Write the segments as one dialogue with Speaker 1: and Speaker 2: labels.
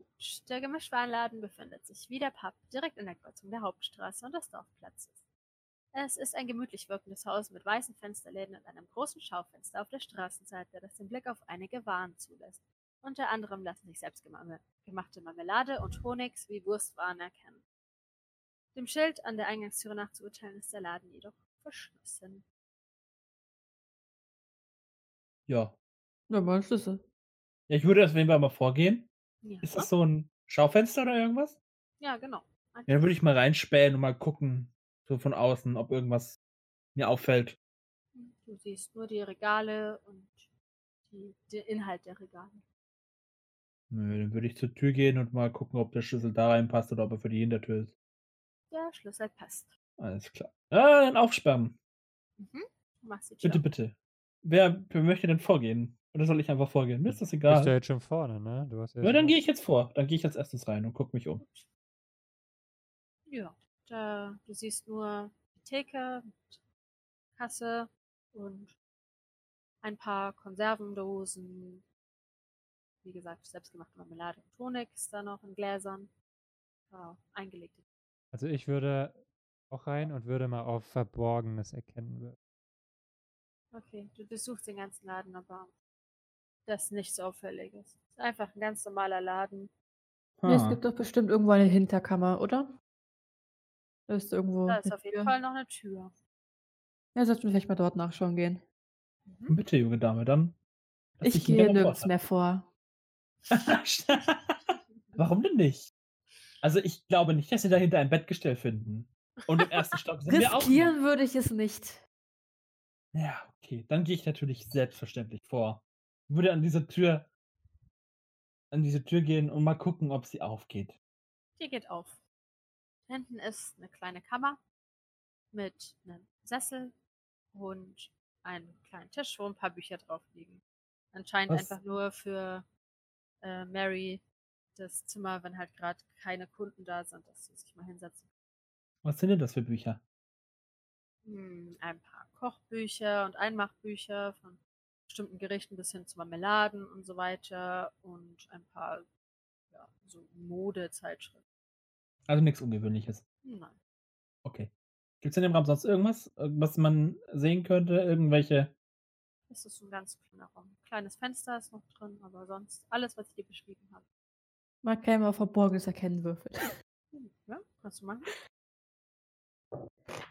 Speaker 1: Village. Der Gemischtwarenladen befindet sich, wie der Pub, direkt an der Kreuzung der Hauptstraße und des Dorfplatzes. Es ist ein gemütlich wirkendes Haus mit weißen Fensterläden und einem großen Schaufenster auf der Straßenseite, das den Blick auf einige Waren zulässt. Unter anderem lassen sich selbstgemachte Marmelade und Honig sowie Wurstwaren erkennen. Dem Schild an der Eingangstüre nach zu urteilen ist der Laden jedoch verschlossen.
Speaker 2: Ja.
Speaker 3: Ja, mein Schlüssel.
Speaker 2: ja ich würde das nebenbei mal vorgehen.
Speaker 1: Ja,
Speaker 2: Ist das so ein Schaufenster oder irgendwas?
Speaker 1: ja genau.
Speaker 2: Ja, dann würde ich mal reinspähen und mal gucken, so von außen, ob irgendwas mir auffällt.
Speaker 1: Du siehst nur die Regale und die, den Inhalt der Regale.
Speaker 2: Nö, dann würde ich zur Tür gehen und mal gucken, ob der Schlüssel da reinpasst oder ob er für die Hintertür ist.
Speaker 1: Der Schlüssel passt.
Speaker 2: Alles klar. Ah, dann aufsperren.
Speaker 1: Mhm. Du machst die Tür.
Speaker 2: Bitte, bitte. Wer, wer möchte denn vorgehen? Oder soll ich einfach vorgehen? Mir ist das
Speaker 4: Du
Speaker 2: egal.
Speaker 4: bist ja jetzt schon vorne, ne? Du hast ja
Speaker 2: Ja,
Speaker 4: schon
Speaker 2: dann
Speaker 4: auf-
Speaker 2: gehe ich jetzt vor. Dann gehe ich als erstes rein und gucke mich um.
Speaker 1: Ja, da, äh, du siehst nur die Theke, mit Kasse und ein paar Konservendosen. Wie gesagt, selbstgemachte Marmelade und Honig ist da noch in Gläsern. Ja, eingelegte.
Speaker 4: Also ich würde auch rein und würde mal auf Verborgenes erkennen. wirken.
Speaker 1: Okay, du durchsuchst den ganzen Laden, aber das ist nichts Auffälliges. Ist einfach ein ganz normaler Laden.
Speaker 3: Nee, es
Speaker 2: Ha.
Speaker 3: gibt doch bestimmt irgendwo eine Hinterkammer, oder? Da ist irgendwo.
Speaker 1: Da ist
Speaker 3: eine
Speaker 1: auf jeden
Speaker 3: Tür.
Speaker 1: Fall noch eine Tür.
Speaker 3: Ja, sollten wir vielleicht mal dort nachschauen gehen.
Speaker 1: Mhm.
Speaker 2: Bitte, junge Dame, dann. lass
Speaker 3: ich
Speaker 2: dich hinter
Speaker 3: gehe
Speaker 2: meinem
Speaker 3: nirgends
Speaker 2: Vorhang.
Speaker 3: mehr vor.
Speaker 2: Warum denn nicht? Also ich glaube nicht, dass sie dahinter ein Bettgestell finden. Und im ersten Stock sind wir auch. noch.
Speaker 3: Riskieren würde ich es nicht.
Speaker 2: Ja, okay. Dann gehe ich natürlich selbstverständlich vor. Würde an diese Tür an diese Tür gehen und mal gucken, ob sie aufgeht.
Speaker 1: Die geht auf. Hinten ist eine kleine Kammer mit einem Sessel und einem kleinen Tisch, wo ein paar Bücher drauf liegen. Anscheinend
Speaker 2: Was?
Speaker 1: einfach nur für äh, Mary das Zimmer, wenn halt gerade keine Kunden da sind, dass sie sich mal hinsetzen.
Speaker 2: Was sind denn das für Bücher?
Speaker 1: Hm, ein paar Kochbücher und Einmachbücher von bestimmten Gerichten bis hin zu Marmeladen und so weiter und ein paar ja, so Modezeitschriften. Hm,
Speaker 2: Also nichts Ungewöhnliches.
Speaker 1: Nein.
Speaker 2: Okay. Gibt es in dem Raum sonst irgendwas, äh, was man sehen könnte? Irgendwelche.
Speaker 1: Es ist ein ganz kleiner Raum. Ein Kleines Fenster ist noch drin, aber sonst alles, was ich dir beschrieben habe.
Speaker 3: Man kann ja mal auf Verborgenes erkennen würfeln.
Speaker 1: Hm, ja, kannst du machen.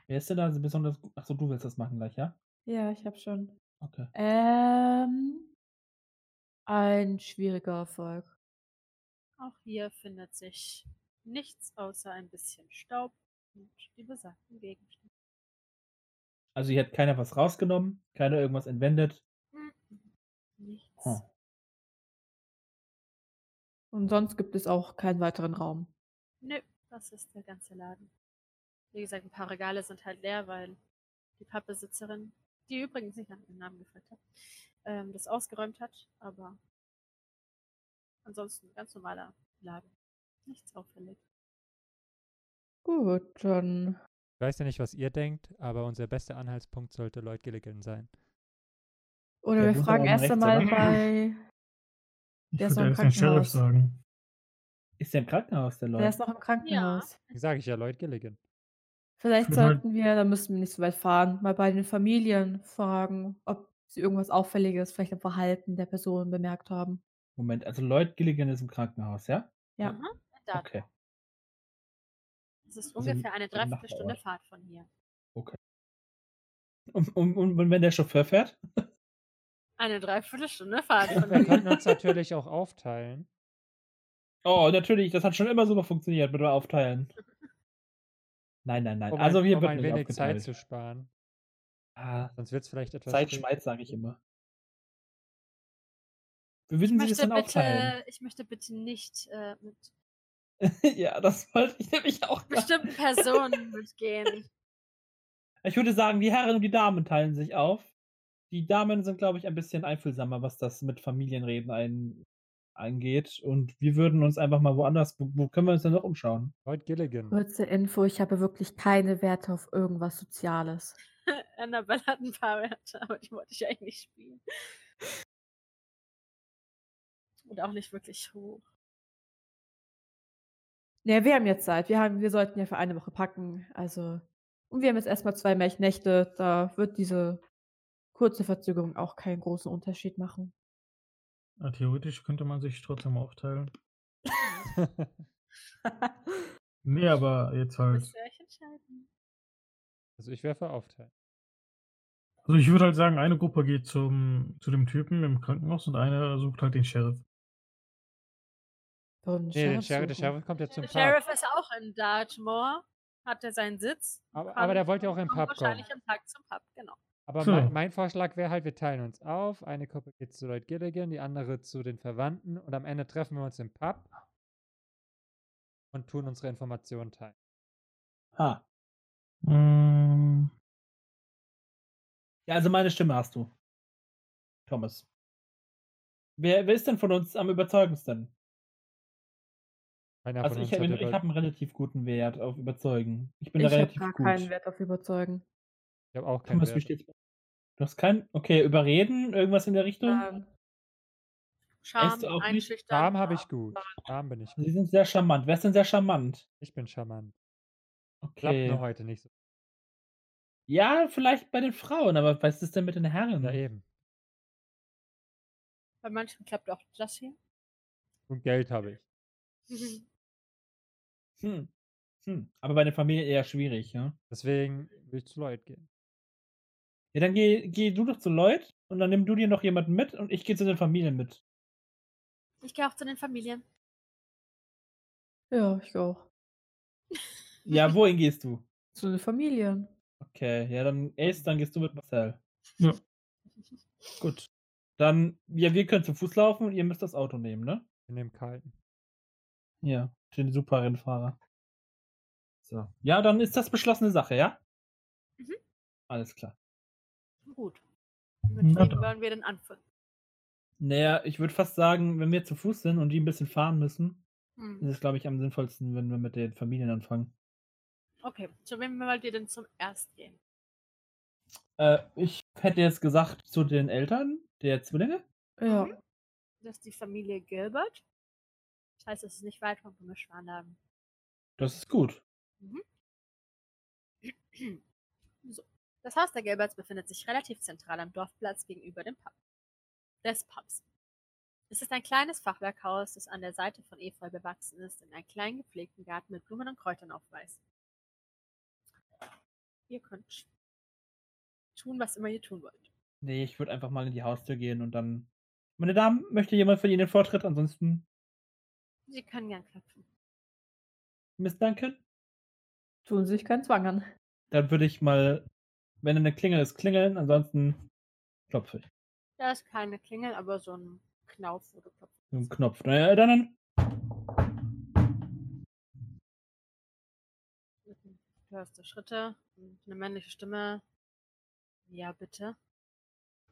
Speaker 2: Wer ist denn da besonders gut? Achso, du willst das machen gleich, ja?
Speaker 3: ja, ich habe schon.
Speaker 2: Okay.
Speaker 3: Ähm. Ein schwieriger Erfolg.
Speaker 1: Auch hier findet sich nichts außer ein bisschen Staub und die besagten Gegenstände.
Speaker 2: Also hier hat keiner was rausgenommen, keiner irgendwas entwendet.
Speaker 1: Hm, mhm. Nichts.
Speaker 2: Hm.
Speaker 3: Und sonst gibt es auch keinen weiteren Raum.
Speaker 1: Nö, das ist der ganze Laden. Wie gesagt, ein paar Regale sind halt leer, weil die Pappbesitzerin, die übrigens nicht nach ihrem Namen gefragt hat, ähm, das ausgeräumt hat, aber ansonsten ein ganz normaler Laden. Nichts auffällig.
Speaker 3: Gut, dann.
Speaker 4: Ich weiß ja nicht, was ihr denkt, aber unser bester Anhaltspunkt sollte Lloyd Gilligan sein.
Speaker 3: Oder
Speaker 2: Der
Speaker 3: wir
Speaker 2: wohnt
Speaker 3: fragen
Speaker 2: aber
Speaker 3: erst
Speaker 2: rechts,
Speaker 3: einmal
Speaker 2: oder?
Speaker 3: bei.
Speaker 5: Ich
Speaker 3: Der ist
Speaker 5: würde
Speaker 3: noch im
Speaker 5: erst den Sheriff
Speaker 3: Krankenhaus.
Speaker 5: sagen.
Speaker 2: Ist der im Krankenhaus, der
Speaker 3: Der
Speaker 2: Leute?
Speaker 3: ist noch im Krankenhaus.
Speaker 4: Sage ich ja, Lloyd Gilligan.
Speaker 3: Vielleicht
Speaker 5: würde mal-
Speaker 3: sollten wir, da müssen wir nicht so weit fahren, mal bei den Familien fragen, ob sie irgendwas Auffälliges, vielleicht am Verhalten der Person bemerkt haben.
Speaker 2: Moment, also Lloyd Gilligan ist im Krankenhaus, ja?
Speaker 3: Ja.
Speaker 1: Mhm. Da
Speaker 2: Okay.
Speaker 1: Es ist
Speaker 2: Also
Speaker 1: ungefähr eine
Speaker 2: im Nachbarort.
Speaker 1: Dreiviertelstunde Fahrt von hier.
Speaker 2: Und, und, und und wenn der Chauffeur fährt?
Speaker 1: Eine Dreiviertelstunde Fahrt
Speaker 4: Wir
Speaker 1: von
Speaker 4: könnten
Speaker 1: hier.
Speaker 4: uns natürlich auch aufteilen.
Speaker 2: Oh, natürlich, das hat schon immer super funktioniert mit dem Aufteilen. Nein, nein, nein.
Speaker 4: Um
Speaker 2: also
Speaker 4: ein,
Speaker 2: hier
Speaker 4: um
Speaker 2: wird
Speaker 4: ein
Speaker 2: nicht
Speaker 4: wenig Zeit
Speaker 2: aufgeteilt.
Speaker 4: zu sparen.
Speaker 2: ah,
Speaker 4: Sonst wird es vielleicht etwas.
Speaker 2: Zeit
Speaker 4: spät.
Speaker 2: schmeißt, sage ich immer. Wie würden Sie das
Speaker 1: möchte
Speaker 2: denn aufteilen?
Speaker 1: bitte, ich möchte bitte nicht äh, mit
Speaker 2: ja, das wollte ich nämlich auch. Sagen.
Speaker 1: bestimmten Personen mitgehen.
Speaker 2: Ich würde sagen, die Herren und die Damen teilen sich auf. Die Damen sind, glaube ich, ein bisschen einfühlsamer, was das mit Familienreden ein, angeht. Und wir würden uns einfach mal woanders, wo, wo können wir uns denn noch umschauen?
Speaker 4: Lloyd Gilligan.
Speaker 3: Kurze Info, ich habe wirklich keine Werte auf irgendwas Soziales.
Speaker 1: Annabelle hat ein paar Werte, aber die wollte ich eigentlich nicht spielen. Und auch nicht wirklich hoch.
Speaker 3: Naja, wir haben jetzt Zeit. Wir, haben, wir sollten ja für eine Woche packen. Also. Und wir haben jetzt erstmal zwei Melchnächte. Da wird diese kurze Verzögerung auch keinen großen Unterschied machen.
Speaker 5: Na, Ah, theoretisch könnte man sich trotzdem aufteilen. Nee, aber jetzt
Speaker 4: Hm.
Speaker 5: halt.
Speaker 1: Müsst ihr euch entscheiden.
Speaker 4: Also ich wäre für aufteilen.
Speaker 5: Also ich würde halt sagen, eine Gruppe geht zum, zu dem Typen im Krankenhaus und eine sucht halt den Sheriff.
Speaker 3: Wollen einen
Speaker 4: Nee, der
Speaker 3: Sheriff
Speaker 4: Sheriff, der
Speaker 3: suchen?
Speaker 4: Sheriff kommt ja zum
Speaker 1: Der
Speaker 4: Pub.
Speaker 1: Sheriff ist auch in Dartmoor. Hat er seinen Sitz?
Speaker 4: aber,
Speaker 1: kommt
Speaker 4: aber der wollte ja auch im
Speaker 1: Kommt
Speaker 4: Pub kommen.
Speaker 1: wahrscheinlich am Tag zum Pub, genau.
Speaker 4: Aber
Speaker 5: So.
Speaker 4: mein, mein Vorschlag wäre halt, wir teilen uns auf. Eine Gruppe geht zu Lloyd Gilligan, die andere zu den Verwandten und am Ende treffen wir uns im Pub und tun unsere Informationen teilen.
Speaker 2: Ha.
Speaker 5: Mm,
Speaker 2: Ja, also meine Stimme hast du. Thomas. Wer, wer ist denn von uns am überzeugendsten?
Speaker 4: Einer
Speaker 2: also
Speaker 4: von
Speaker 2: ich,
Speaker 4: uns
Speaker 2: hab-
Speaker 4: hat
Speaker 2: ich
Speaker 4: Lloyd-
Speaker 2: habe einen relativ guten Wert auf überzeugen. Ich bin
Speaker 3: Ich
Speaker 2: da
Speaker 3: habe
Speaker 2: relativ
Speaker 3: gar
Speaker 2: gut.
Speaker 3: keinen Wert auf Überzeugen.
Speaker 4: ich hab auch keinen
Speaker 2: Thomas, wie
Speaker 4: Wert.
Speaker 2: steht's? Du hast keinen? Okay, überreden, irgendwas in der Richtung?
Speaker 3: Ähm,
Speaker 1: Charme,
Speaker 2: du auch nicht?
Speaker 1: einschüchtern.
Speaker 4: Charme habe ich gut. Charme bin ich
Speaker 2: Sie
Speaker 4: gut.
Speaker 2: sind sehr charmant. Wer ist denn sehr charmant?
Speaker 4: Ich bin charmant. Klappt
Speaker 2: Okay.
Speaker 4: nur heute nicht so.
Speaker 2: Ja, vielleicht bei den Frauen, aber was ist denn mit den Herren?
Speaker 4: Ja, eben.
Speaker 1: Bei manchen klappt auch das hier.
Speaker 4: Und Geld habe ich. Mhm.
Speaker 2: Hm. Hm. Aber bei der Familie eher schwierig, ja?
Speaker 4: Deswegen will ich zu Lloyd gehen.
Speaker 2: Ja, dann geh, geh du doch zu Lloyd und dann nimm du dir noch jemanden mit und ich gehe zu den Familien mit.
Speaker 1: Ich gehe auch zu den Familien.
Speaker 3: ja, ich auch.
Speaker 2: Ja, wohin gehst du?
Speaker 3: Zu den Familien.
Speaker 2: Okay, ja, dann Ace, dann gehst du mit Marcel.
Speaker 5: Ja.
Speaker 2: Gut. Dann, ja, wir können zu Fuß laufen und ihr müsst das Auto nehmen, ne?
Speaker 4: In dem kalten.
Speaker 2: Ja, für den super Rennfahrer. So. Ja, dann ist das beschlossene Sache, ja?
Speaker 1: Mhm.
Speaker 2: Alles klar.
Speaker 1: Gut. Mit
Speaker 5: Na
Speaker 1: wem
Speaker 5: dann.
Speaker 1: wollen wir denn anfangen?
Speaker 2: Naja, ich würde fast sagen, wenn wir zu Fuß sind und die ein bisschen fahren müssen,
Speaker 1: Hm.
Speaker 2: ist es, glaube ich, am sinnvollsten, wenn wir mit den Familien anfangen.
Speaker 1: Okay, zu wem wollt ihr denn zum Erst gehen?
Speaker 2: Äh, ich hätte jetzt gesagt, zu den Eltern der Zwillinge?
Speaker 3: Ja.
Speaker 1: Mhm. Das ist die Familie Gilbert. Das heißt, es ist nicht weit vom Mischwanderladen.
Speaker 2: Das ist gut.
Speaker 1: So. Das Haus der Gilberts befindet sich relativ zentral am Dorfplatz gegenüber dem Pub. Des Pubs. Es ist ein kleines Fachwerkhaus, das an der Seite von Efeu bewachsen ist und einen kleinen gepflegten Garten mit Blumen und Kräutern aufweist. Ihr könnt sch- tun, was immer ihr tun wollt.
Speaker 2: Nee, ich würde einfach mal in die Haustür gehen und dann. Meine Damen, möchte jemand von Ihnen den Vortritt? Ansonsten,
Speaker 1: Sie können gern klopfen.
Speaker 2: Miss Duncan?
Speaker 3: Tun sich keinen Zwang an.
Speaker 2: Dann würde ich mal, wenn eine Klingel ist, klingeln. Ansonsten klopfe ich.
Speaker 1: Da ist keine Klingel, aber so ein Knauf, wo du klopfen
Speaker 2: Mit dem Knopf. Naja, dann.
Speaker 1: Schritten. Du hörst so Schritte und eine männliche Stimme. Ja, bitte.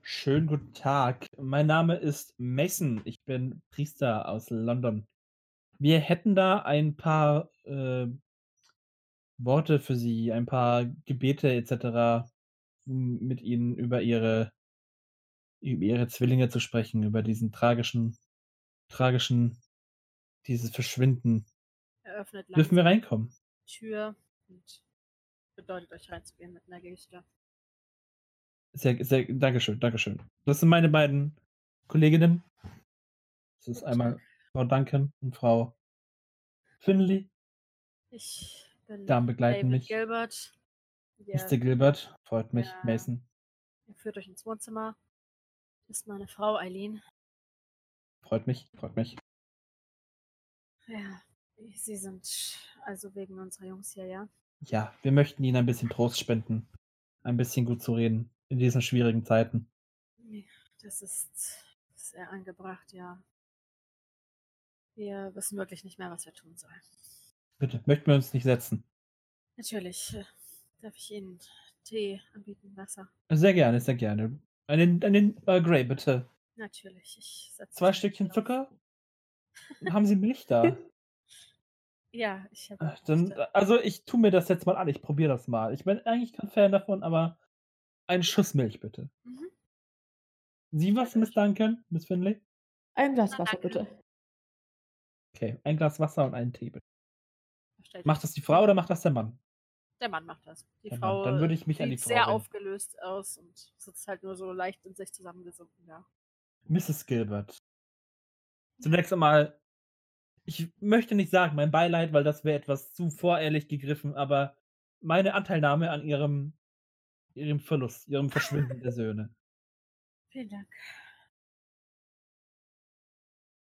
Speaker 2: Schönen guten Tag. Mein Name ist Mason. Ich bin Priester aus London. Wir hätten da ein paar äh, Worte für Sie, ein paar Gebete etc. um mit Ihnen über Ihre über Ihre Zwillinge zu sprechen, über diesen tragischen, tragischen, dieses Verschwinden.
Speaker 1: Er öffnet
Speaker 2: Dürfen wir reinkommen?
Speaker 1: die Tür und bedeutet euch reinzugehen mit einer Geste.
Speaker 2: Sehr, sehr, Dankeschön, Dankeschön. Das sind meine beiden Kolleginnen. Das ist
Speaker 1: Guten
Speaker 2: einmal Frau Duncan und Frau Finley,
Speaker 1: Ich bin
Speaker 2: Damen begleiten
Speaker 1: David
Speaker 2: mich.
Speaker 1: Gilbert. Der,
Speaker 2: Mr. Gilbert, freut mich,
Speaker 1: Ja.
Speaker 2: Mason,
Speaker 1: er führt euch ins Wohnzimmer. Das ist meine Frau Eileen.
Speaker 2: freut mich, freut mich.
Speaker 1: Ja, sie sind also wegen unserer Jungs hier, ja.
Speaker 2: Ja, wir möchten Ihnen ein bisschen Trost spenden, ein bisschen gut zu reden in diesen schwierigen Zeiten.
Speaker 1: Nee, Das ist sehr angebracht, ja. Wir wissen wirklich nicht mehr, was wir tun sollen.
Speaker 2: Bitte, möchten wir uns nicht setzen.
Speaker 1: Natürlich. äh, Darf ich Ihnen Tee anbieten, Wasser?
Speaker 2: Sehr gerne, sehr gerne. Einen, einen Earl Grey, bitte.
Speaker 1: Natürlich. Ich setz
Speaker 2: Zwei
Speaker 1: mich
Speaker 2: Stückchen
Speaker 1: drauf.
Speaker 2: Zucker. Haben Sie Milch da?
Speaker 1: Ja, ich habe.
Speaker 2: Ach,
Speaker 1: auch
Speaker 2: Dann,
Speaker 1: Lust. äh,
Speaker 2: also ich tue mir das jetzt mal an, ich probiere das mal. Ich bin eigentlich kein Fan davon, aber einen Schuss Milch bitte.
Speaker 1: Mhm.
Speaker 2: Sie was, Miss Duncan, Miss Finley?
Speaker 3: Ein Glas
Speaker 1: Na,
Speaker 3: Wasser,
Speaker 1: danke.
Speaker 3: bitte.
Speaker 2: Okay, ein Glas Wasser und einen Tee bitte.
Speaker 1: stellt.
Speaker 2: Macht das die Frau oder macht das der Mann?
Speaker 1: Der Mann macht das. Die
Speaker 2: Der Mann.
Speaker 1: Frau
Speaker 2: Dann würde ich mich an die
Speaker 1: sieht
Speaker 2: Frau
Speaker 1: sehr
Speaker 2: wenden.
Speaker 1: aufgelöst aus und sitzt halt nur so leicht in sich zusammengesunken da.
Speaker 2: Mrs. Gilbert. Zunächst einmal, ich möchte nicht sagen, mein Beileid, weil das wäre etwas zu vorehrlich gegriffen, aber meine Anteilnahme an ihrem, ihrem Verlust, ihrem Verschwinden der Söhne.
Speaker 1: Vielen Dank.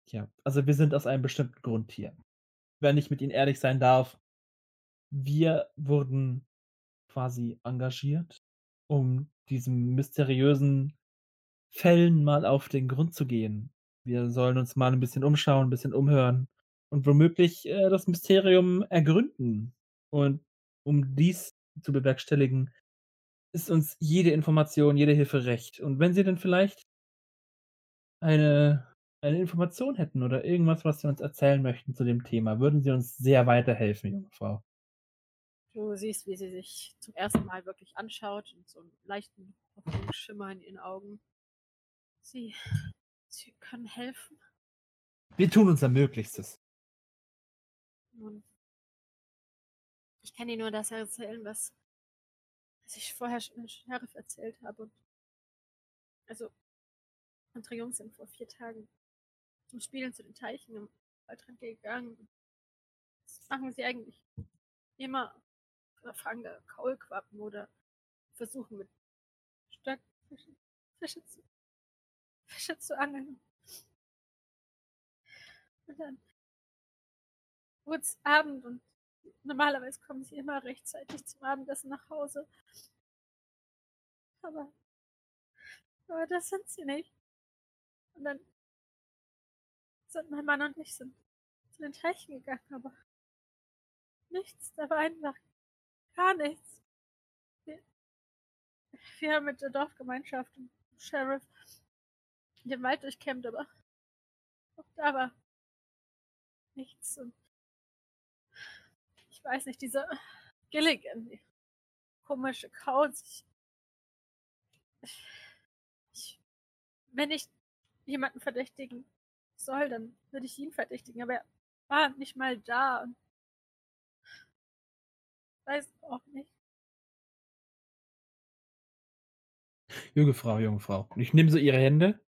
Speaker 2: Tja, also wir sind aus einem bestimmten Grund hier. Wenn ich mit Ihnen ehrlich sein darf, wir wurden quasi engagiert, um diesem mysteriösen Fällen mal auf den Grund zu gehen. Wir sollen uns mal ein bisschen umschauen, ein bisschen umhören und womöglich äh, das Mysterium ergründen. Und um dies zu bewerkstelligen, ist uns jede Information, jede Hilfe recht. Und wenn Sie denn vielleicht eine eine Information hätten oder irgendwas, was Sie uns erzählen möchten zu dem Thema, würden Sie uns sehr weiterhelfen, junge Frau.
Speaker 1: Du siehst, wie sie sich zum ersten Mal wirklich anschaut und so einen leichten Hoffnungsschimmer in ihren Augen. Sie, sie können helfen.
Speaker 2: Wir tun unser Möglichstes.
Speaker 1: Nun, ich kann dir nur das erzählen, was, was ich vorher schon dem Sheriff erzählt habe. Und, also, unsere Jungs sind vor vier Tagen zum Spielen zu den Teichen im Waldrand gegangen. Das machen sie eigentlich immer. Oder fangen da Kaulquappen oder versuchen mit Stöckfischen Fische zu, Fische zu angeln. Und dann wurde es Abend und normalerweise kommen sie immer rechtzeitig zum Abendessen nach Hause. Aber, aber das sind sie nicht. Und dann sind mein Mann und ich sind zu den Teichen gegangen, aber nichts, da war einfach gar nichts. Wir, wir haben mit der Dorfgemeinschaft und dem Sheriff den Wald durchkämmt, aber auch da war nichts und ich weiß nicht, dieser Gilligan, die komische Kauz. Ich, ich, wenn ich jemanden verdächtigen soll, dann würde ich ihn verdächtigen, aber er war nicht mal da. Und weiß auch nicht.
Speaker 2: Junge Frau, junge Frau. Und ich nehme so ihre Hände.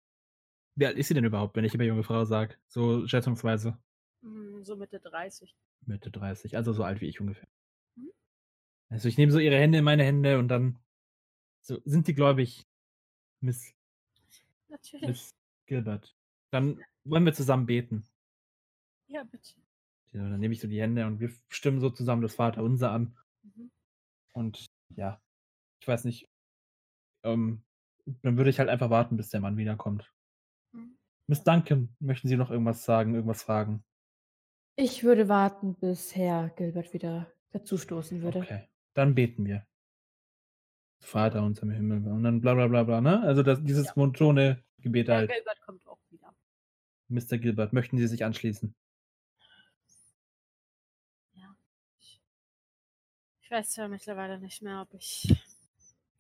Speaker 2: Wie alt ist sie denn überhaupt, wenn ich immer junge Frau sage? So schätzungsweise.
Speaker 1: Hm, So Mitte 30.
Speaker 2: Mitte 30, also so alt wie ich ungefähr.
Speaker 1: Mhm.
Speaker 2: Also ich nehme so ihre Hände in meine Hände und dann so, sind sie gläubig, Miss,
Speaker 1: Natürlich.
Speaker 2: Miss Gilbert. Dann wollen wir zusammen beten.
Speaker 1: Ja, bitte.
Speaker 2: Und dann nehme ich so die Hände und wir stimmen so zusammen das Vaterunser an.
Speaker 1: Mhm.
Speaker 2: Und ja, ich weiß nicht. Ähm, dann würde ich halt einfach warten, bis der Mann wiederkommt.
Speaker 1: Mhm.
Speaker 2: Miss Duncan, möchten Sie noch irgendwas sagen, irgendwas fragen?
Speaker 3: Ich würde warten, bis Herr Gilbert wieder dazustoßen würde.
Speaker 2: Okay. Dann beten wir. Vater unser im Himmel. Und dann bla bla bla bla, ne? Also das, dieses
Speaker 1: Ja.
Speaker 2: monotone Gebet
Speaker 1: Der
Speaker 2: halt.
Speaker 1: Gilbert kommt auch wieder.
Speaker 2: Mr. Gilbert, möchten Sie sich anschließen?
Speaker 1: Ich weiß ja mittlerweile nicht mehr, ob ich,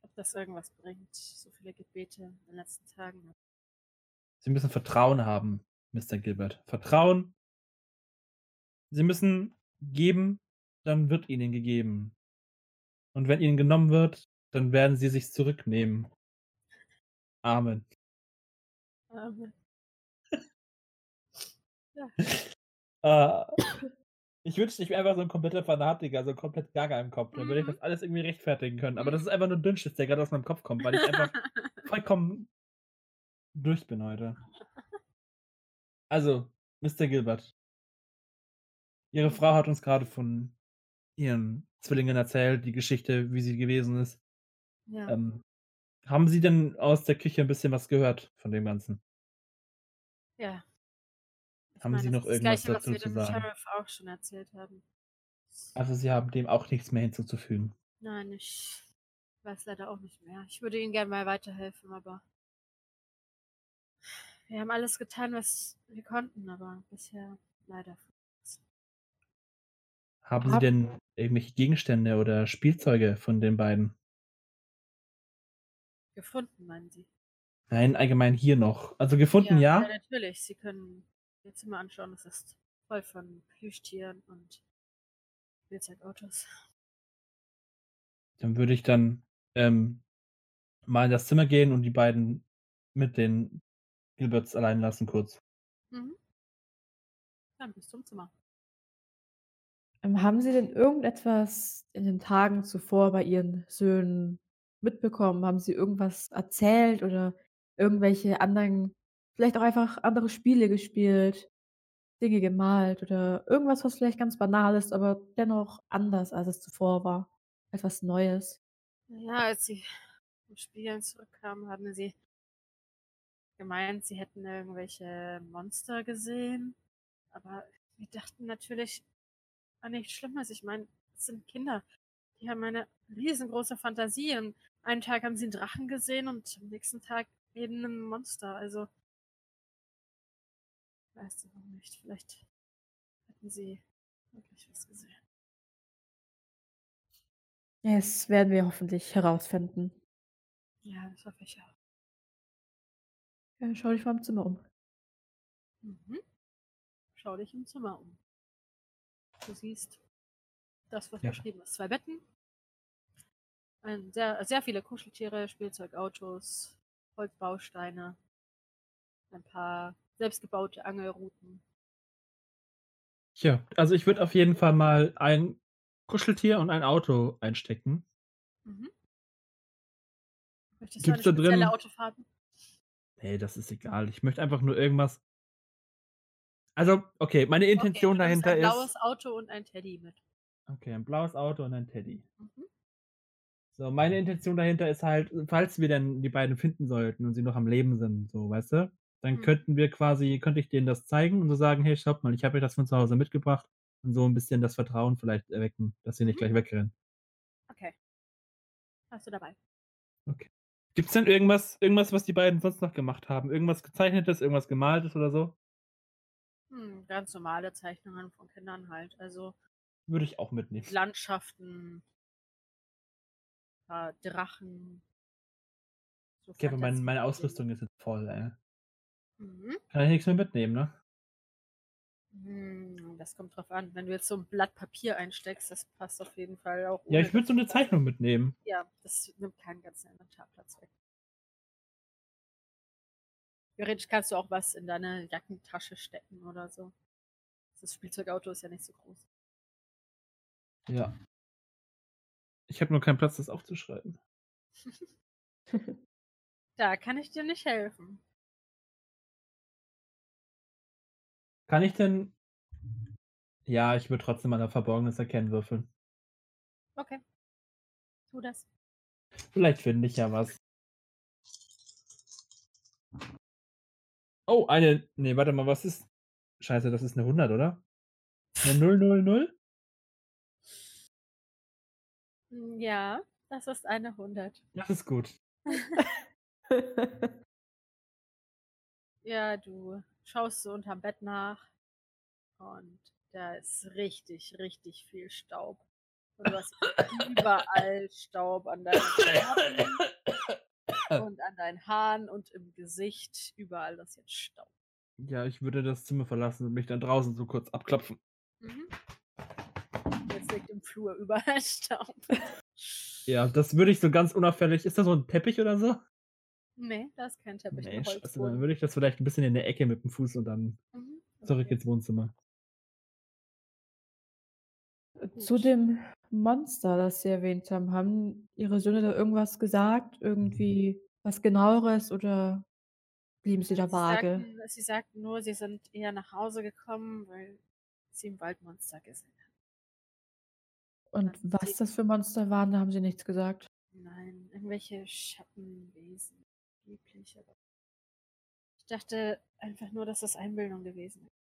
Speaker 1: ob das irgendwas bringt. So viele Gebete in den letzten Tagen.
Speaker 2: Sie müssen Vertrauen haben, Mr. Gilbert. Vertrauen. Sie müssen geben, dann wird ihnen gegeben. Und wenn ihnen genommen wird, dann werden sie sich zurücknehmen. Amen.
Speaker 1: Ähm,
Speaker 2: Äh, ich wünschte, ich wäre einfach so ein kompletter Fanatiker, so komplett gaga im Kopf. Dann würde ich
Speaker 1: Mhm.
Speaker 2: das alles irgendwie rechtfertigen können. Aber das ist einfach nur ein Dünnschiss, der gerade aus meinem Kopf kommt, weil ich einfach vollkommen durch bin heute. Also, Mr. Gilbert. Ihre
Speaker 1: Mhm.
Speaker 2: Frau hat uns gerade von ihren Zwillingen erzählt, die Geschichte, wie sie gewesen ist.
Speaker 1: ja.
Speaker 2: Ähm, haben Sie denn aus der Küche ein bisschen was gehört von dem Ganzen?
Speaker 1: ja. Ich
Speaker 2: haben Sie
Speaker 1: das
Speaker 2: noch
Speaker 1: ist das
Speaker 2: irgendwas
Speaker 1: Gleiche,
Speaker 2: dazu
Speaker 1: was wir
Speaker 2: zu
Speaker 1: dem
Speaker 2: sagen?
Speaker 1: Sheriff auch schon erzählt haben.
Speaker 2: Also, Sie haben dem auch nichts mehr hinzuzufügen.
Speaker 1: Nein, ich weiß leider auch nicht mehr. Ich würde Ihnen gerne mal weiterhelfen, aber wir haben alles getan, was wir konnten, aber bisher leider.
Speaker 2: Haben Sie
Speaker 3: Hab-
Speaker 2: denn irgendwelche Gegenstände oder Spielzeuge von den beiden?
Speaker 1: Gefunden, meinen Sie?
Speaker 2: Nein, allgemein hier noch. Also gefunden, ja.
Speaker 1: ja, natürlich. Sie können Ihr Zimmer anschauen. Es ist voll von Plüschtieren und Spielzeugautos.
Speaker 2: Dann würde ich dann ähm, mal in das Zimmer gehen und die beiden mit den Gilberts allein lassen kurz.
Speaker 1: Mhm. Dann bis zum Zimmer.
Speaker 3: Ähm, haben Sie denn irgendetwas in den Tagen zuvor bei Ihren Söhnen mitbekommen? Haben Sie irgendwas erzählt oder irgendwelche anderen, vielleicht auch einfach andere Spiele gespielt, Dinge gemalt oder irgendwas, was vielleicht ganz banal ist, aber dennoch anders, als es zuvor war? Etwas Neues?
Speaker 1: Ja, als sie vom Spielen zurückkamen, haben sie gemeint, sie hätten irgendwelche Monster gesehen. Aber wir dachten natürlich an nichts Schlimmes. Ich meine, es sind Kinder. Die haben eine riesengroße Fantasie. Und einen Tag haben sie einen Drachen gesehen und am nächsten Tag eben ein Monster. Also, ich weiß ich noch nicht. Vielleicht hätten sie wirklich was gesehen.
Speaker 3: Das werden wir hoffentlich herausfinden.
Speaker 1: Ja, das hoffe ich auch.
Speaker 3: Ja, schau dich mal im Zimmer um.
Speaker 1: Mhm. Schau dich im Zimmer um. Du siehst das, was
Speaker 2: Ja.
Speaker 1: beschrieben ist. Zwei Betten, ein sehr, sehr viele Kuscheltiere, Spielzeugautos, Holzbausteine, ein paar selbstgebaute Angelruten.
Speaker 2: Ja, also ich würde auf jeden Fall mal ein Kuscheltier und ein Auto einstecken.
Speaker 1: Mhm. Möchtest
Speaker 2: Gibt's
Speaker 1: du
Speaker 2: da
Speaker 1: eine spezielle
Speaker 2: drin-
Speaker 1: Autofahrt?
Speaker 2: Nee, das ist egal. Ich möchte einfach nur irgendwas. Also, okay, meine Intention
Speaker 1: okay, du nimmst
Speaker 2: dahinter
Speaker 1: ein
Speaker 2: ist.
Speaker 1: blaues Auto und ein Teddy mit.
Speaker 2: Okay, ein blaues Auto und ein Teddy.
Speaker 1: Mhm.
Speaker 2: So, meine Intention dahinter ist halt, falls wir denn die beiden finden sollten und sie noch am Leben sind, so, weißt du, dann
Speaker 1: Mhm.
Speaker 2: könnten wir quasi, könnte ich denen das zeigen und so sagen, hey, schaut mal, ich habe euch das von zu Hause mitgebracht und so ein bisschen das Vertrauen vielleicht erwecken, dass sie nicht
Speaker 1: Mhm.
Speaker 2: gleich wegrennen.
Speaker 1: Okay. Hast du dabei?
Speaker 2: Gibt's denn irgendwas, irgendwas, was die beiden sonst noch gemacht haben? Irgendwas gezeichnetes, irgendwas gemaltes oder so?
Speaker 1: Hm, ganz normale Zeichnungen von Kindern halt. Also
Speaker 2: Würde ich auch mitnehmen.
Speaker 1: Landschaften, äh, Drachen. So
Speaker 2: Okay, aber mein, meine
Speaker 1: fantasievolle
Speaker 2: Ausrüstung ist jetzt voll, ey.
Speaker 1: Dinge. Mhm.
Speaker 2: Kann ich nichts mehr mitnehmen, ne?
Speaker 1: Hm, Das kommt drauf an. Wenn du jetzt so ein Blatt Papier einsteckst, das passt auf jeden Fall auch.
Speaker 2: Ja,
Speaker 1: ohne
Speaker 2: ich würde so eine
Speaker 1: das-
Speaker 2: Zeichnung mitnehmen.
Speaker 1: Ja, das nimmt keinen ganzen Inventarplatz weg. Theoretisch kannst du auch was in deine Jackentasche stecken oder so. Das Spielzeugauto ist ja nicht so groß.
Speaker 2: Ja. Ich habe nur keinen Platz, das aufzuschreiben.
Speaker 1: Da kann ich dir nicht helfen.
Speaker 2: Kann ich denn. Ja, ich würde trotzdem mal ein verborgenes Erkennen würfeln.
Speaker 1: Okay. Tu das.
Speaker 2: Vielleicht finde ich ja was. Oh, eine. Nee, warte mal, was ist. Scheiße, das ist eine 100, oder? Eine 000?
Speaker 1: Hm, Ja, das ist eine 100.
Speaker 2: Das ist gut.
Speaker 1: Ja, du schaust so unterm Bett nach und da ist richtig, richtig viel Staub. Und du hast überall Staub an deinen Klamotten und an deinen Haaren und im Gesicht. Überall ist jetzt Staub.
Speaker 2: Ja, ich würde das Zimmer verlassen und mich dann draußen so kurz abklopfen.
Speaker 1: Mhm. Jetzt liegt im Flur überall Staub.
Speaker 2: Ja, das würde ich so ganz unauffällig. Ist da so ein Teppich oder so?
Speaker 1: Nee, da ist kein Teppich.
Speaker 2: Nee, also
Speaker 1: nur
Speaker 2: scheiße, dann
Speaker 1: Holzboden.
Speaker 2: würde ich das vielleicht ein bisschen in der Ecke mit dem Fuß und dann
Speaker 1: Mhm,
Speaker 2: zurück
Speaker 1: okay.
Speaker 2: ins Wohnzimmer.
Speaker 3: Zu
Speaker 1: Gut.
Speaker 3: dem Monster, das Sie erwähnt haben, haben Ihre Söhne da irgendwas gesagt? Irgendwie was genaueres oder blieben Sie da vage?
Speaker 1: Sie sagten, sie sagten nur, sie sind eher nach Hause gekommen, weil sie ein Waldmonster gesehen haben.
Speaker 3: Und
Speaker 1: sagten, sie-
Speaker 3: was das für Monster waren, da haben Sie nichts gesagt.
Speaker 1: Nein, irgendwelche Schattenwesen. Angeblich, aber ich dachte einfach nur, dass das Einbildung gewesen ist.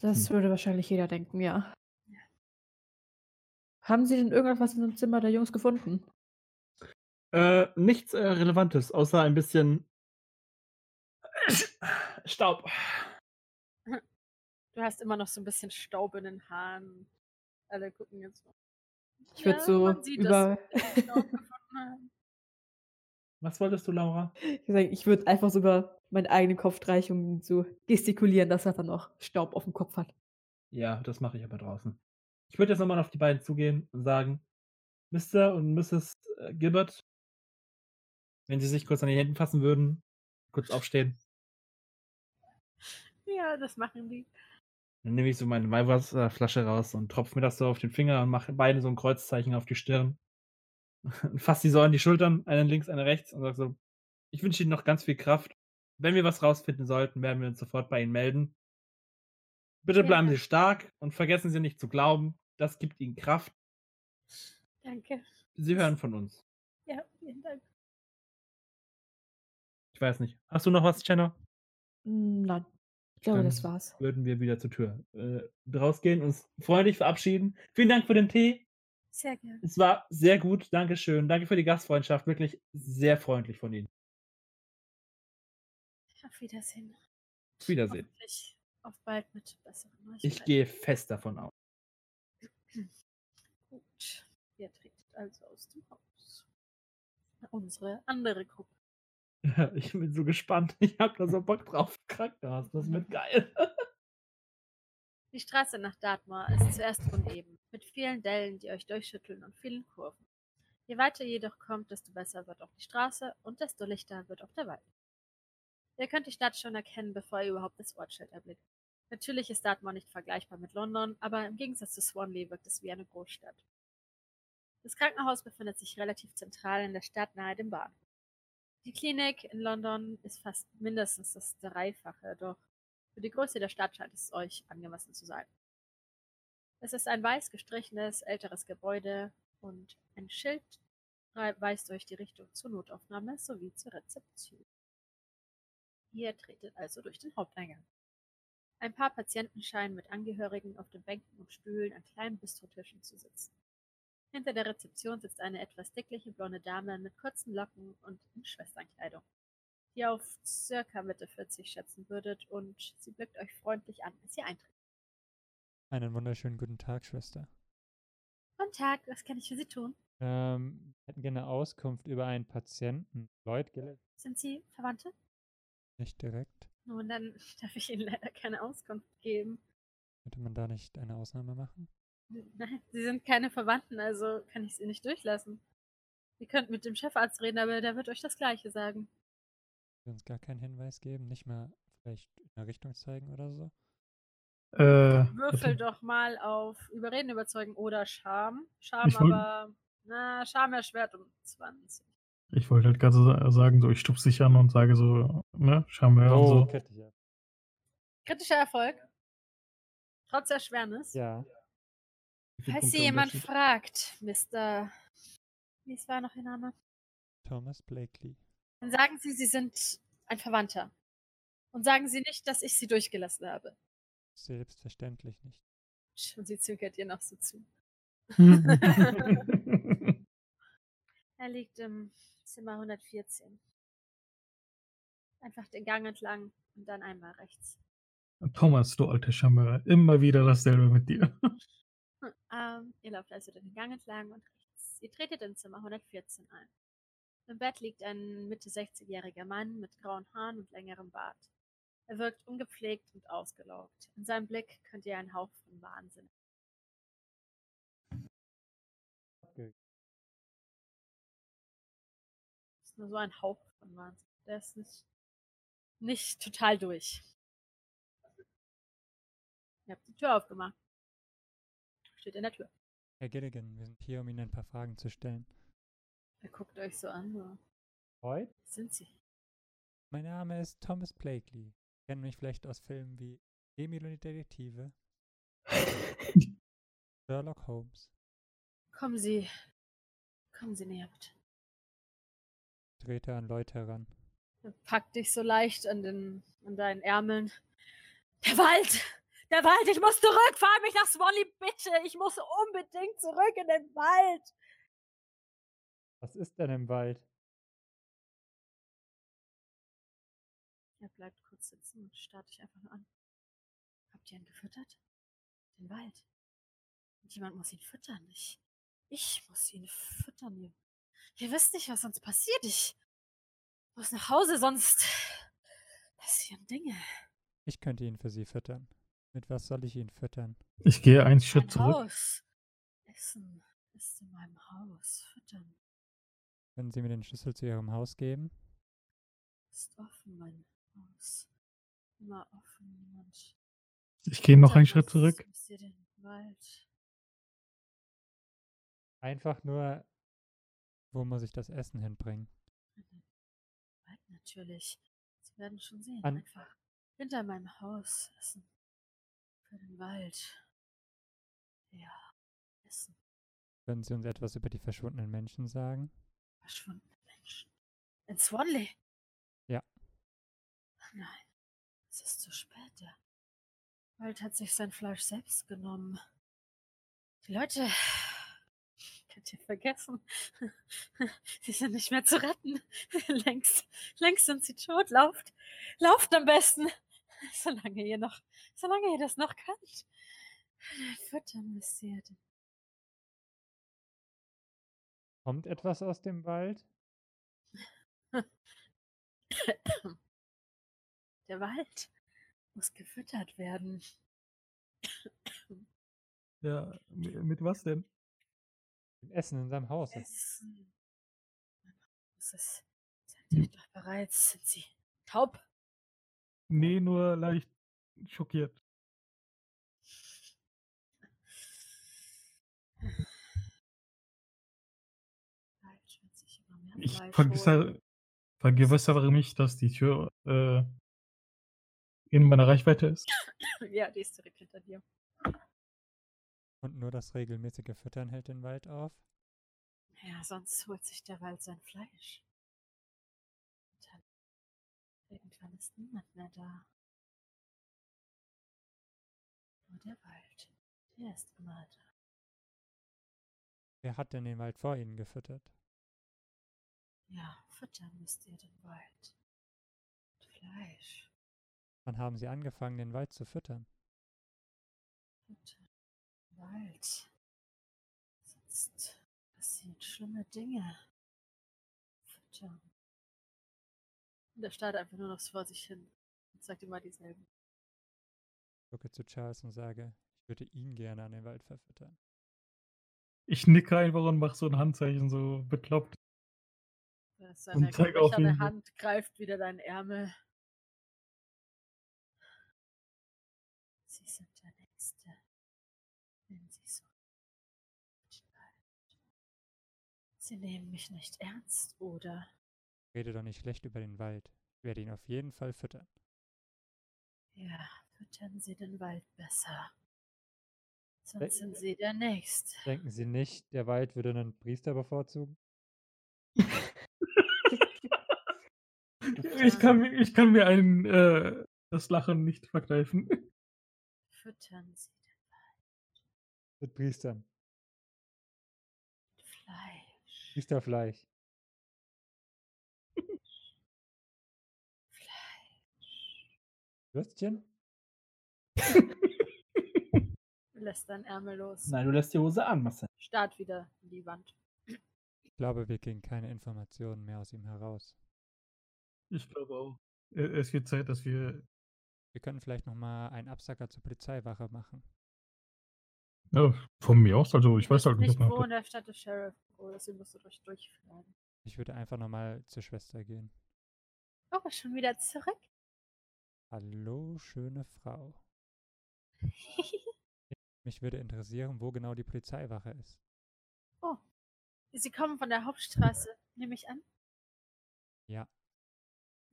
Speaker 3: Das
Speaker 1: Hm.
Speaker 3: würde wahrscheinlich jeder denken, ja. Haben Sie denn irgendetwas in dem Zimmer der Jungs gefunden?
Speaker 2: Äh, nichts äh, Relevantes, außer ein bisschen Staub.
Speaker 1: Du hast immer noch so ein bisschen Staub in den Haaren. Alle gucken jetzt mal.
Speaker 3: Ich würde
Speaker 1: Ja,
Speaker 3: so
Speaker 1: man sieht,
Speaker 3: über.
Speaker 1: dass wir Staub gefunden haben.
Speaker 2: Was wolltest du, Laura?
Speaker 3: Ich sag, ich würde einfach so über meinen eigenen Kopf streichen, um zu gestikulieren, dass er dann noch Staub auf dem Kopf hat.
Speaker 2: Ja, das mache ich aber draußen. Ich würde jetzt nochmal auf die beiden zugehen und sagen, Mr. und Mrs. äh, Gilbert, wenn sie sich kurz an die Händen fassen würden, kurz aufstehen,
Speaker 1: Ja, das machen die.
Speaker 2: dann nehme ich so meine Weihwasserflasche raus und tropfe mir das so auf den Finger und mache beide so ein Kreuzzeichen auf die Stirn. Und fasse die so an die Schultern, einen links, einen rechts und sage so, ich wünsche Ihnen noch ganz viel Kraft. Wenn wir was rausfinden sollten, werden wir uns sofort bei Ihnen melden. Bitte
Speaker 1: Ja.
Speaker 2: bleiben Sie stark und vergessen Sie nicht zu glauben. Das gibt Ihnen Kraft.
Speaker 1: Danke.
Speaker 2: Sie hören von uns.
Speaker 1: Ja, vielen Dank.
Speaker 2: Ich weiß nicht. Hast du noch was, Chenner?
Speaker 3: Mm, Nein. Ich glaube,
Speaker 2: Dann-
Speaker 3: das war's.
Speaker 2: Würden wir wieder zur Tür äh, rausgehen, uns freundlich verabschieden. Vielen Dank für den Tee.
Speaker 1: Sehr gerne.
Speaker 2: Es war sehr gut. Dankeschön. Danke für die Gastfreundschaft. Wirklich sehr freundlich von Ihnen.
Speaker 1: Auf Wiedersehen.
Speaker 2: Auf Wiedersehen.
Speaker 1: Hoffentlich auf bald mit besseren Neuigkeiten.
Speaker 2: Ich gehe fest davon aus.
Speaker 1: Gut. Ihr tretet also aus dem Haus. Unsere andere Gruppe.
Speaker 2: Ich bin so gespannt. Ich habe da so Bock drauf. Krankenhaus. Das wird geil.
Speaker 1: Die Straße nach Dartmoor ist zuerst uneben, mit vielen Dellen, die euch durchschütteln und vielen Kurven. Je weiter jedoch kommt, desto besser wird auch die Straße und desto lichter wird auch der Wald. Ihr könnt die Stadt schon erkennen, bevor ihr überhaupt das Ortsschild erblickt. Natürlich ist Dartmoor nicht vergleichbar mit London, aber im Gegensatz zu Swanley wirkt es wie eine Großstadt. Das Krankenhaus befindet sich relativ zentral in der Stadt nahe dem Bahnhof. Die Klinik in London ist fast mindestens das Dreifache, doch für die Größe der Stadt scheint es euch angemessen zu sein. Es ist ein weiß gestrichenes, älteres Gebäude und ein Schild rei- weist euch die Richtung zur Notaufnahme sowie zur Rezeption. Ihr tretet also durch den Haupteingang. Ein paar Patienten scheinen mit Angehörigen auf den Bänken und Stühlen an kleinen Bistrotischen zu sitzen. Hinter der Rezeption sitzt eine etwas dickliche blonde Dame mit kurzen Locken und in Schwesternkleidung die auf circa Mitte 40 schätzen würdet und sie blickt euch freundlich an, als ihr eintritt.
Speaker 4: Einen wunderschönen guten Tag, Schwester.
Speaker 1: Guten Tag, was kann ich für Sie tun?
Speaker 4: Ähm, wir hätten gerne Auskunft über einen Patienten. Lloyd, gell?
Speaker 1: Sind Sie Verwandte?
Speaker 4: Nicht direkt.
Speaker 1: Nun, dann darf ich Ihnen leider keine Auskunft geben.
Speaker 4: Könnte man da nicht eine Ausnahme machen?
Speaker 1: Nein, Sie sind keine Verwandten, also kann ich Sie nicht durchlassen. Ihr könnt mit dem Chefarzt reden, aber der wird euch das Gleiche sagen.
Speaker 4: Sie uns gar keinen Hinweis geben, nicht mal vielleicht in eine Richtung zeigen oder so.
Speaker 5: Äh,
Speaker 1: Würfel
Speaker 5: warte.
Speaker 1: doch mal auf Überreden, Überzeugen oder Scham. Scham
Speaker 5: Ich wollt-
Speaker 1: aber, na, Scham erschwert um 20.
Speaker 5: ich wollte halt gerade so sa- sagen, so ich stupse dich an und sage so, ne, Charmeur
Speaker 2: Oh,
Speaker 5: und so.
Speaker 4: kritisch. ja. Oh.
Speaker 1: Kritischer Erfolg. Trotz Erschwernis.
Speaker 4: Ja.
Speaker 2: Wie viele
Speaker 1: Falls
Speaker 2: Punkte
Speaker 1: Sie jemand
Speaker 2: Unterschied?
Speaker 1: fragt, Mr. Wie es war noch Ihr Name?
Speaker 4: Thomas Blakely.
Speaker 1: Dann sagen Sie, Sie sind ein Verwandter. Und sagen Sie nicht, dass ich Sie durchgelassen habe.
Speaker 4: Selbstverständlich nicht.
Speaker 1: Und sie zögert ihr noch so zu. Er liegt im Zimmer 114. Einfach den Gang entlang und dann einmal rechts.
Speaker 5: Thomas, du alter Charmeur, immer wieder dasselbe mit dir.
Speaker 1: Hm, Ähm, ihr lauft also den Gang entlang und rechts. Ihr tretet in Zimmer 114 ein. Im Bett liegt ein Mitte 60-jähriger Mann mit grauen Haaren und längerem Bart. Er wirkt ungepflegt und ausgelaugt. In seinem Blick könnt ihr einen Hauch von Wahnsinn.
Speaker 4: Abge-
Speaker 1: Es ist nur so ein Hauch von Wahnsinn. Der ist nicht, nicht total durch. Ihr habt die Tür aufgemacht. Steht in der Tür.
Speaker 4: Herr Gilligan, wir sind hier, um Ihnen ein paar Fragen zu stellen.
Speaker 1: Er guckt euch so an. So. Wer
Speaker 4: Lloyd?
Speaker 1: Sind sie?
Speaker 4: Mein Name ist Thomas Blakely. Sie kennen mich vielleicht aus Filmen wie Emil und die Detektive, Sherlock Holmes.
Speaker 1: Kommen Sie. Kommen Sie näher, bitte.
Speaker 4: Ich Trete an Lloyd heran.
Speaker 1: Er packt dich so leicht an, den, an deinen Ärmeln. Der Wald! Der Wald! Ich muss zurück! Fahr mich nach Swanley, bitte! Ich muss unbedingt zurück in den Wald!
Speaker 4: Was ist denn im Wald?
Speaker 1: Er bleibt kurz sitzen und starrt dich einfach nur an. Habt ihr ihn gefüttert? Den Wald. Und jemand muss ihn füttern. Ich, ich muss ihn füttern. Ihr, ihr wisst nicht, was sonst passiert. Ich muss nach Hause, sonst passieren Dinge.
Speaker 4: Ich könnte ihn für Sie füttern. Mit was soll ich ihn füttern?
Speaker 5: Ich gehe einen Schritt
Speaker 1: Mein
Speaker 5: zurück.
Speaker 1: Haus. Essen ist in meinem Haus. Füttern
Speaker 4: Können Sie mir den Schlüssel zu Ihrem Haus geben?
Speaker 1: ist offen, mein Haus. Immer offen, niemand.
Speaker 5: Ich gehe noch einen Schritt
Speaker 1: hinterlassen
Speaker 5: zurück.
Speaker 1: müsst ihr den Wald.
Speaker 4: Einfach nur, wo muss ich das Essen hinbringen?
Speaker 1: Wald natürlich. Sie werden schon sehen.
Speaker 4: An-
Speaker 1: Einfach hinter meinem Haus essen. Für den Wald. Ja, essen.
Speaker 4: Können Sie uns etwas über die verschwundenen Menschen sagen?
Speaker 1: Verschwundene Menschen. In Swanley?
Speaker 4: Ja.
Speaker 1: Ach nein, es ist zu spät. Der Wald hat sich sein Fleisch selbst genommen. Die Leute. Könnt ihr vergessen. Sie sind nicht mehr zu retten. Längst, längst sind sie tot. Lauft, lauft am besten. Solange ihr noch, solange ihr das noch könnt. Füttern müsst ihr den
Speaker 4: Kommt etwas aus dem Wald?
Speaker 1: Der Wald muss gefüttert werden.
Speaker 2: Ja, mit was denn?
Speaker 4: Mit Essen in seinem
Speaker 1: Äh.
Speaker 4: Haus. Das-
Speaker 1: Essen. Das ist, sagt euch doch bereits, sind sie taub.
Speaker 5: Nee, Ne, nur leicht schockiert.
Speaker 1: Wald wird sich immer mehr
Speaker 5: Ich
Speaker 1: Fleisch holen.
Speaker 5: vergewissere, vergewissere mich, dass die Tür äh, in meiner Reichweite ist.
Speaker 1: Ja, die ist direkt hinter dir.
Speaker 4: Und nur das regelmäßige Füttern hält den Wald auf?
Speaker 1: Ja, sonst holt sich der Wald sein Fleisch. Und dann irgendwann ist niemand mehr da. Nur der Wald. Der ist immer da.
Speaker 4: Wer hat denn den Wald vor Ihnen gefüttert?
Speaker 1: Ja, füttern müsst ihr den Wald. Mit Fleisch.
Speaker 4: Wann haben Sie angefangen, den Wald zu füttern?
Speaker 1: Füttern. Wald. Sonst passieren schlimme Dinge. Füttern. Und er starrt einfach nur noch so vor sich hin und sagt immer dieselben.
Speaker 4: Gucke zu Charles und sage, ich würde ihn gerne an den Wald verfüttern.
Speaker 5: Ich nicke einfach und mache so ein Handzeichen, so bekloppt.
Speaker 1: Dass seine
Speaker 5: zeig auf
Speaker 1: knöcherne
Speaker 5: ihn.
Speaker 1: Hand greift wieder deinen Ärmel. Sie sind der Nächste, wenn sie so bleibt. Sie nehmen mich nicht ernst, oder?
Speaker 4: Rede doch nicht schlecht über den Wald. Ich werde ihn auf jeden Fall füttern.
Speaker 1: Ja, füttern Sie den Wald besser. Sonst sind Sie der Nächste.
Speaker 4: Denken Sie nicht, der Wald würde einen Priester bevorzugen?
Speaker 5: Ich kann, mir- ich kann mir ein, äh, das Lachen nicht verkneifen.
Speaker 1: Füttern Sie den
Speaker 4: Mit Priestern.
Speaker 1: Fleisch.
Speaker 4: Priesterfleisch.
Speaker 1: Fleisch.
Speaker 4: Würstchen?
Speaker 1: Lässt deinen Ärmel los.
Speaker 2: Nein, du lässt die Hose an, Marcel.
Speaker 1: Start wieder in die Wand.
Speaker 4: Ich glaube, wir kriegen keine Informationen mehr aus ihm heraus.
Speaker 5: Ich glaube auch. Äh, Es wird Zeit, dass wir.
Speaker 4: Wir können vielleicht nochmal einen Absacker zur Polizeiwache machen.
Speaker 5: Ja, von mir aus, also ich
Speaker 1: Ihr
Speaker 5: weiß
Speaker 1: wisst
Speaker 5: halt nicht,
Speaker 1: nicht,
Speaker 5: ob man.
Speaker 1: wo in der Stadt der Sheriff Oh, wo ist. Ihr müsst euch durchfragen.
Speaker 4: Ich würde einfach nochmal zur Schwester gehen.
Speaker 1: Oh, schon wieder zurück?
Speaker 4: Hallo, schöne Frau. Mich würde interessieren, wo genau die Polizeiwache ist.
Speaker 1: oh. Sie kommen von der Hauptstraße, nehme ich an.
Speaker 4: Ja.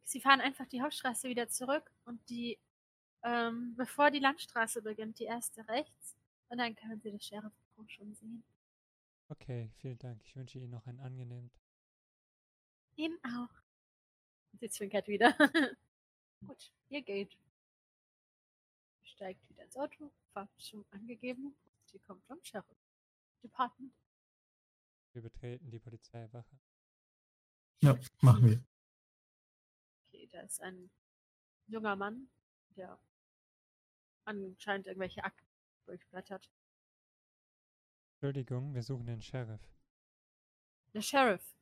Speaker 1: Sie fahren einfach die Hauptstraße wieder zurück und die, ähm, bevor die Landstraße beginnt, die erste rechts. Und dann können Sie das Sheriff schon sehen.
Speaker 4: Okay, vielen Dank. Ich wünsche Ihnen noch einen angenehmen Tag.
Speaker 1: Ihnen auch. Und sie zwinkert wieder. Gut, ihr geht. Steigt wieder ins Auto, fahrt zum angegebenen Punkt. Ihr kommt vom Sheriff Department.
Speaker 4: Wir betreten die Polizeiwache.
Speaker 5: Ja, machen wir.
Speaker 1: Okay, da ist ein junger Mann, der anscheinend irgendwelche Akten durchblättert.
Speaker 4: Entschuldigung, wir suchen den Sheriff.
Speaker 1: Der Sheriff,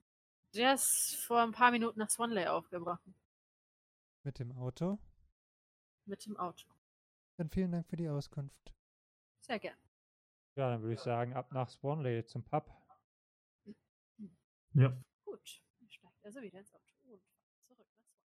Speaker 1: der ist vor ein paar Minuten nach Swanley aufgebrochen.
Speaker 4: Mit dem Auto?
Speaker 1: Mit dem Auto.
Speaker 6: Dann vielen Dank für die Auskunft.
Speaker 1: Sehr gern.
Speaker 4: Ja, dann würde ich sagen, ab nach Swanley zum Pub.
Speaker 5: Ja.
Speaker 1: Gut. Dann steigt also wieder ins Auto und fahrt zurück nach Swan.